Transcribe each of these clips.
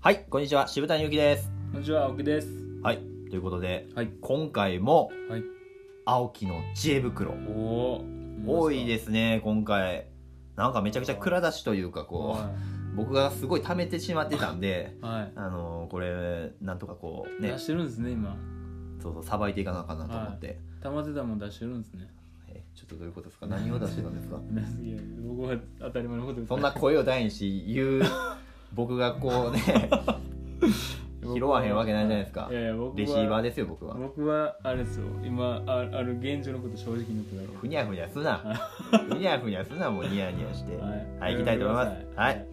はい、こんにちは、渋谷ゆきです。こんにちは、奥です。はい、ということで、はい今回も、はい青木の知恵袋。おお。。多いですすね、今回。なんかめちゃくちゃ蔵出しというか、こはう、僕がすごい溜めてしまってたんで、い。はい。あのーこれ、なんとかこう、ね出、してるんですね、今。そうそう、さばいていかなあかんなと思って。溜まってたもん出してるんですね。えちょっとどういうことですか何を出してたんですかいや僕は当たり前のことです。そんな声を大にし言う、僕がこうね、拾わへんわけないじゃないですかいやいや、僕は。レシーバーですよ、僕は。僕はあれですよ。今、あ、ある現状のこと正直に言ってたふにゃふにゃすな。ふにゃふにゃすな、もうニヤニヤして。から。はい行きたいと思いますはい。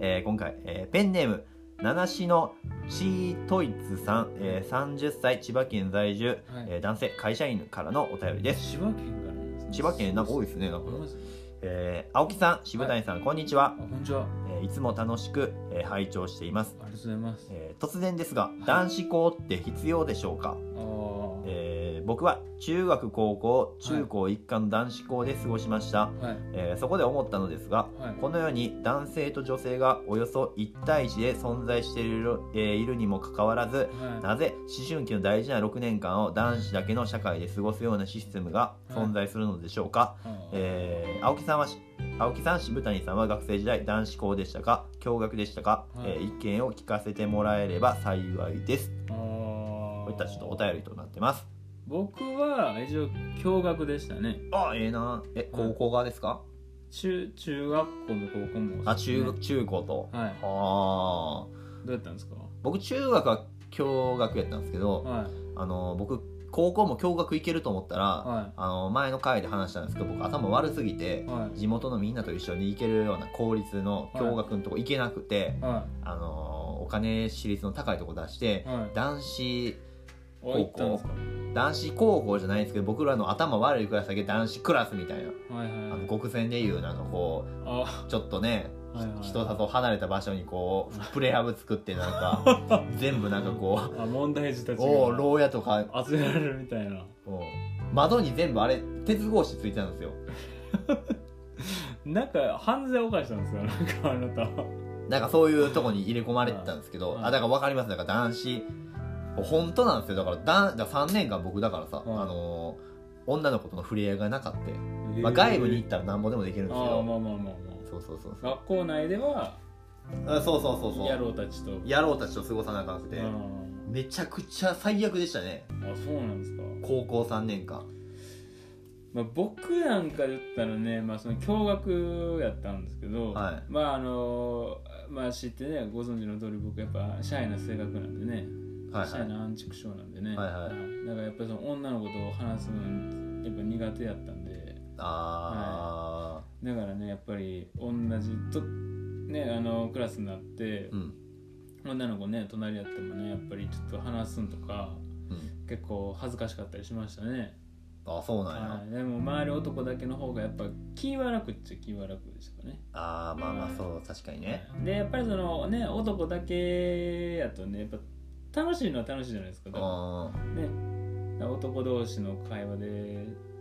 えー今回、えーペンネーム、七しのチートイツさん、えー30歳、千葉県在住、はいえー男性、会社員からのお便りです。千葉県からなんですね。千葉県、なんか多いでですね、なんか。すね。えー青木さん、渋谷さん、こんにちはあ、。こんにちは。あえーいつも楽しく、えー拝聴していますり。がとうございます。えー突然ですがい、男子校って必要でしょうかああ。えー僕は中学高校中高一貫の男子校で過ごしました、はい。えーそこで思ったのですがはい。このように男性と女性がおよそ1対1で存在している,、えーいるにもかかわらずはなぜ思春期の大事な6年間を男子だけの社会で過ごすようなシステムが存在するのでしょうか、い。あーえー青木さんはし青木さん渋谷さんは学生時代男子校でしたか共学でしたか、はいえー意見を聞かせてもらえれば幸いですあー。こういったちょっとお便りとなってます僕は一応共学でしたねあええなえ高校がですか、中中学校も高校も、あ中学中高と、はいはあどうやったんですか僕中学は共学やったんですけど、はいあの僕高校も共学行けると思ったら、はあの前の回で話したんですけど僕頭悪すぎていは地元のみんなと一緒に行けるような公立の共学のとこ行けなくて、いはあのお金私立の高いとこ出していはい男子あ行ったんですか男子高校じゃないんですけど僕らの頭悪いクラスだけ男子クラスみたいな、はいはいあはいの極戦でいうなんかこうあちょっとね、はいはい人里離れた場所にこうプレハブ作ってなん か全部なんかこあ問題児たうちおおが牢屋とか集められるみたいなおう窓に全部あれ鉄格子ついてたんですよなんか犯罪犯したんですよなんかあ なたなんかそういうとこに入れ込まれてたんですけど、はいあだから分かりますだから男子本当なんですよだからだんだから3年間僕だからさ、はいあのー女の子との触れ合いがなかった、まあ、外部に行ったらなんぼでもできるんですけああどまあまあまあまそうそうそうあ学校内ではあそうそうそうそ野う郎たちと野郎たちと過ごさなあかんくて、あめちゃくちゃ最悪でしたねーあそうなんですか高校3年間まあ、僕なんか言ったらね、まあ、その共学やったんですけど、はいまああのまあ知ってねご存知の通り僕やっぱシャイな性格なんでね、はいシはャイいなアンチクションなんでね、はいはいだからやっぱりその女の子と話すのやっぱ苦手やったんであだからねやっぱり同じとねあのクラスになってー、うん女の子ね隣やってもねやっぱりちょっと話すんとかうん結構恥ずかしかったりしましたね、あそうなんや、はい、でも周り男だけの方がやっぱ気は楽っちゃ気は楽でしたかねあーまあまあそう確かにねでやっぱりそのね男だけやとねやっぱ楽しいのは楽しいじゃないですかだかあらねだから男同士の会話で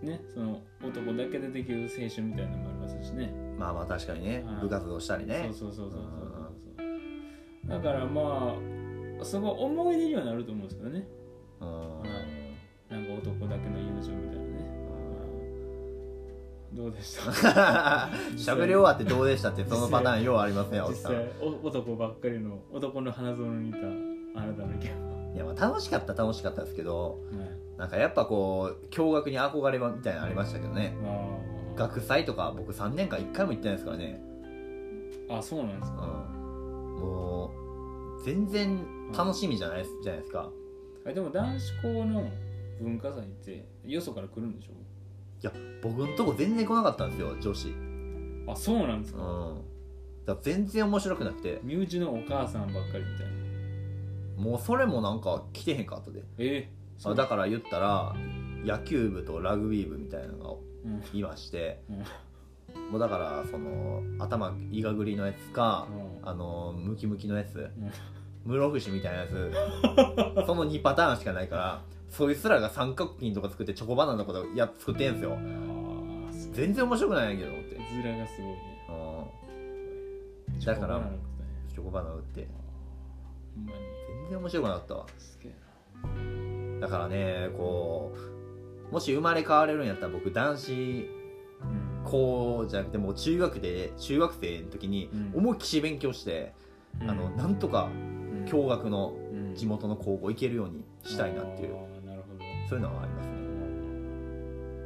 ねその男だけでできる青春みたいなのもありますしねーまあまあ確かにねはい部活動したりねそうそうそうそうそうそうそうだからまあすごい思い出にはなると思うんですけどねう はいんなんか男だけの友情みたいなねどうでした 喋り終わってどうでしたってそのパターンようありますね青実木さん際お男ばっかりの男の花園にいたあなたの意見いやまあ楽しかった楽しかったですけどは、はいなんかやっぱこう驚愕に憧れみたいなのありましたけどねあ学祭とか僕3年間1回も行ってないですからね、ああそうなんですうんか、もう全然楽しみじゃない,、じゃないですかあでも男子校の文化祭ってよそから来るんでしょ僕んとこ全然来なかったんですよ女子あそうなんですうか、んだから全然面白くなくて身内のお母さんばっかりみたいなもうそれもなんか来てへんかったでえー、あそうだから言ったら野球部とラグビー部みたいなのうんがいまして、もうだからその頭いがぐりのやつか、うんあのムキムキのやつうん室伏みたいなやつその2パターンしかないからそいつらが三角巾とか作ってチョコバナナとかや作ってんすよああそ全然面白くないんやけど思って、う面がすごいねうん、だからチョコバナナみたいなチョコバナナ売ってほんまに全然面白くなかったわすげえだからねこうもし生まれ変われるんやったら僕男子なうん校じゃなくてもう中学で中学生の時にうん思いっきし勉強して、あのなんとかうん共学のうん地元の高校行けるようにしたいなっていうあーなるほどそういうのはありますね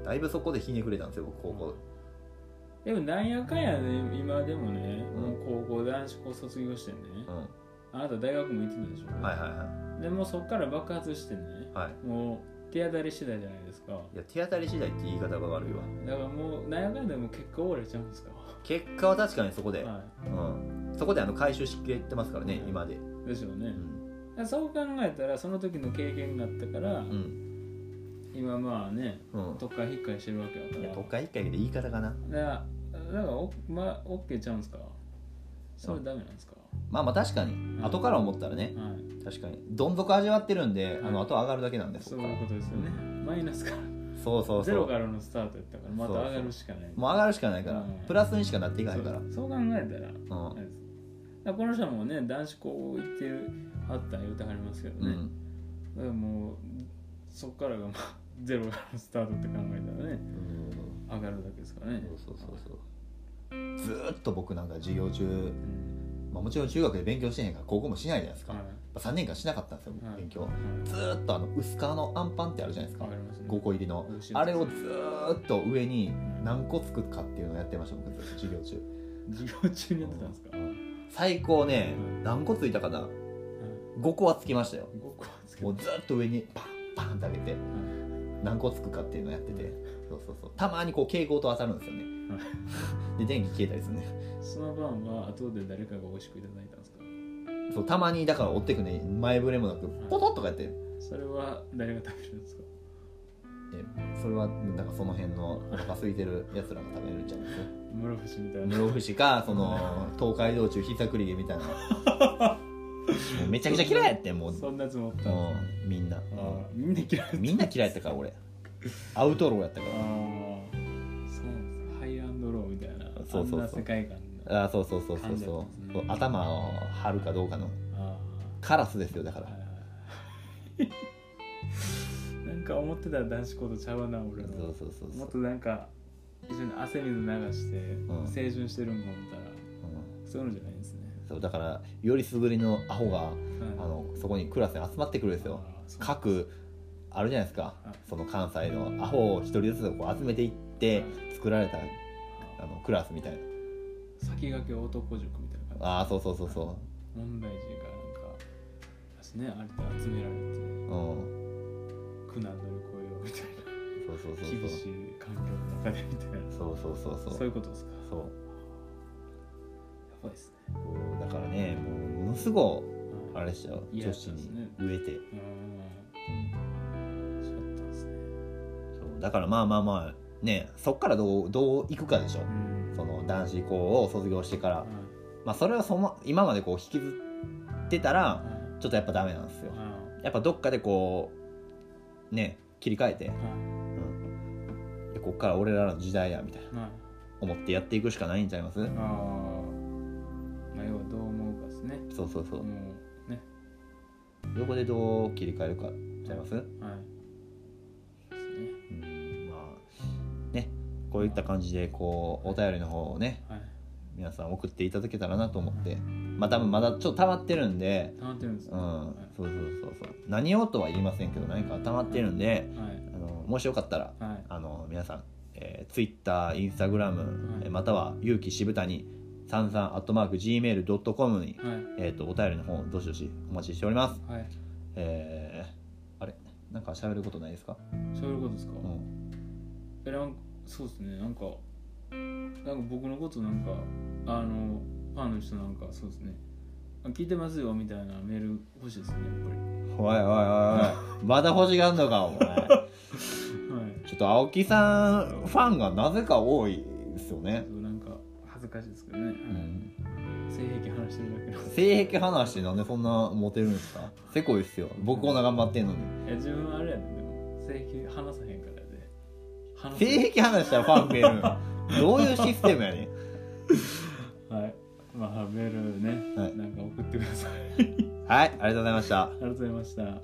だいぶそこでひねくれたんですよ僕高校でもなんやかんやね今でもね、うんもう高校男子校卒業してね、うんあなた大学も行ってたでしょ、はいはいはでもうそっから爆発してねいはいもう手当たり次第じゃないですかいや手当たり次第って言い方が悪いわだからもうなんやかんやでもう結果終われちゃうんですか結果は確かにそこで、はうん、そこであの回収しきれてますからねうん今でいでしょううね、ん、そう考えたらその時の経験があったから、うん今まあねうん、特化引っかりしてるわけやからいや都会一回で言い方かなだからだからお、まあ、OK ちゃうんですかそれダメなんですか、まあまあ確かに、ん後から思ったらねはい確かにどん底味わってるんで、あのはい後上がるだけなんですそそういうことですよねマイナスからうそうそゼロうからのスタートやったからまた上がるしかないもう上がるしかないから、うんプラスにしかなっていかないからそうそう考えたらうあんれですだからこの人はもうね男子校行ってるあったん言うてはりますけどうね、んだからもうそっからがまあ ゼロからのスタートって考えたらね上がるだけですからねそうそうそうそうずーっと僕なんか授業中、うんまあ、もちろん中学で勉強してへんから高校もしないじゃないですか、はい3年間しなかったんですよ、はい勉強はいずーっとあの薄皮のあんパンってあるじゃないですかわかりますね5個入りの美味しいあれをずーっと上に何個つくかっていうのをやってました僕ずっと授業中授業中にやってたんですか、はい最高ねうん何個ついたかな5個はつきましたよ5個はつけてもうずーっと上にパンパンって上げては何個つくかっていうのをやっててそうそうそうたまにこう蛍光灯当たるんですよねで電気消えたりするねいその晩は後で誰かが美味しくいただいたんですかそうたまにだから追ってくね前触れもなくポトッとかやってそれは誰が食べるんですかそれはなんかその辺のお腹空いてるやつらが食べるんじゃないですか室伏みたいな室伏かその東海道中ひさくりげみたいなもう めちゃくちゃ嫌いやってもうそんなやつ持ったんもですねうみんなあーみんな嫌いみんな嫌いやったから俺アウトローやったかああそうなんですねハイアンドローみたいなそうそうそうあんな世界観だらあーそうそうそうそう噛んでそまうすねそう頭を張るかどうかのあカラスですよだかあらはいはい なんか思ってた男子校とちゃうな俺そうのそうそうそもっう、となんか一緒に汗水流してん青春してるんか思ったら、うんそういうのじゃないんですね、そうだからよりすぐりのアホがはいあのそこにクラスに集まってくるんですよあーそう各あるじゃないですかはいその関西のアホを一人ずつこう集めていって作られたあのクラスみたいな先駆け男塾みたいな感ああそうそうそうそじ問題児がなんか私ねあれで集められてううん苦難乗り越えようみたいなそうそうそう厳しい環境の中でみたいなそうそうそうそうそうそういうことですかやそうばいですねだからねもうものすごいあれでしたよいや女子に植えて、ううんーんそうだったんですねそうだからまあまあまあねそっからどうどういくかでしょうんその男子校を卒業してからはいまあそれはその今までこう引きずってたらはいちょっとやっぱダメなんですよはやっぱどっかでこうね切り替えて、いはうん、でこっから俺らの時代やみたいないはい思ってやっていくしかないんちゃいますあーまあ要はどう思うかですねそうそうそうもうねどこでどう切り替えるかちゃいます、はいですねうんまあねこういった感じでこうお便りの方をねはい皆さん送っていただけたらなと思ってまあ多分まだちょっと溜まってるんで溜まってるんですうねんはそうそうそうそう何をとは言いませんけど何か溜まってるんでいはいあのもしよかったらはいあの皆さん、えー、Twitter、Instagram、はいえーまたは勇気渋谷さんさんアットマーク Gmail.com に、はいえー、とお便りの方どしどしお待ちしておりますはいえー、あれなんか喋ることないですか、そういうことですかうん、えなんかそうですねなんかなんか僕のことなんかあのファンの人なんかそうですねあ聞いてますよみたいなメール欲しいですねやっおいおいおいおいまだ欲しがんのかお前ぱりはいちょっと青木さんファンがなぜか多いですよねそ。うなんか恥ずかしいですけどね、うん、性癖話してるだけなんです性癖話してなんでそんなモテるんですか。せこいっすよ。僕こんな頑張ってん のに。いや自分はあれやねでも性癖話さへんからやで話せ性癖話したらファン増えるの。どういうシステムやねん。はいまあメールね、はいなんか送ってくださいありはい、ありがとうございました。がとうございました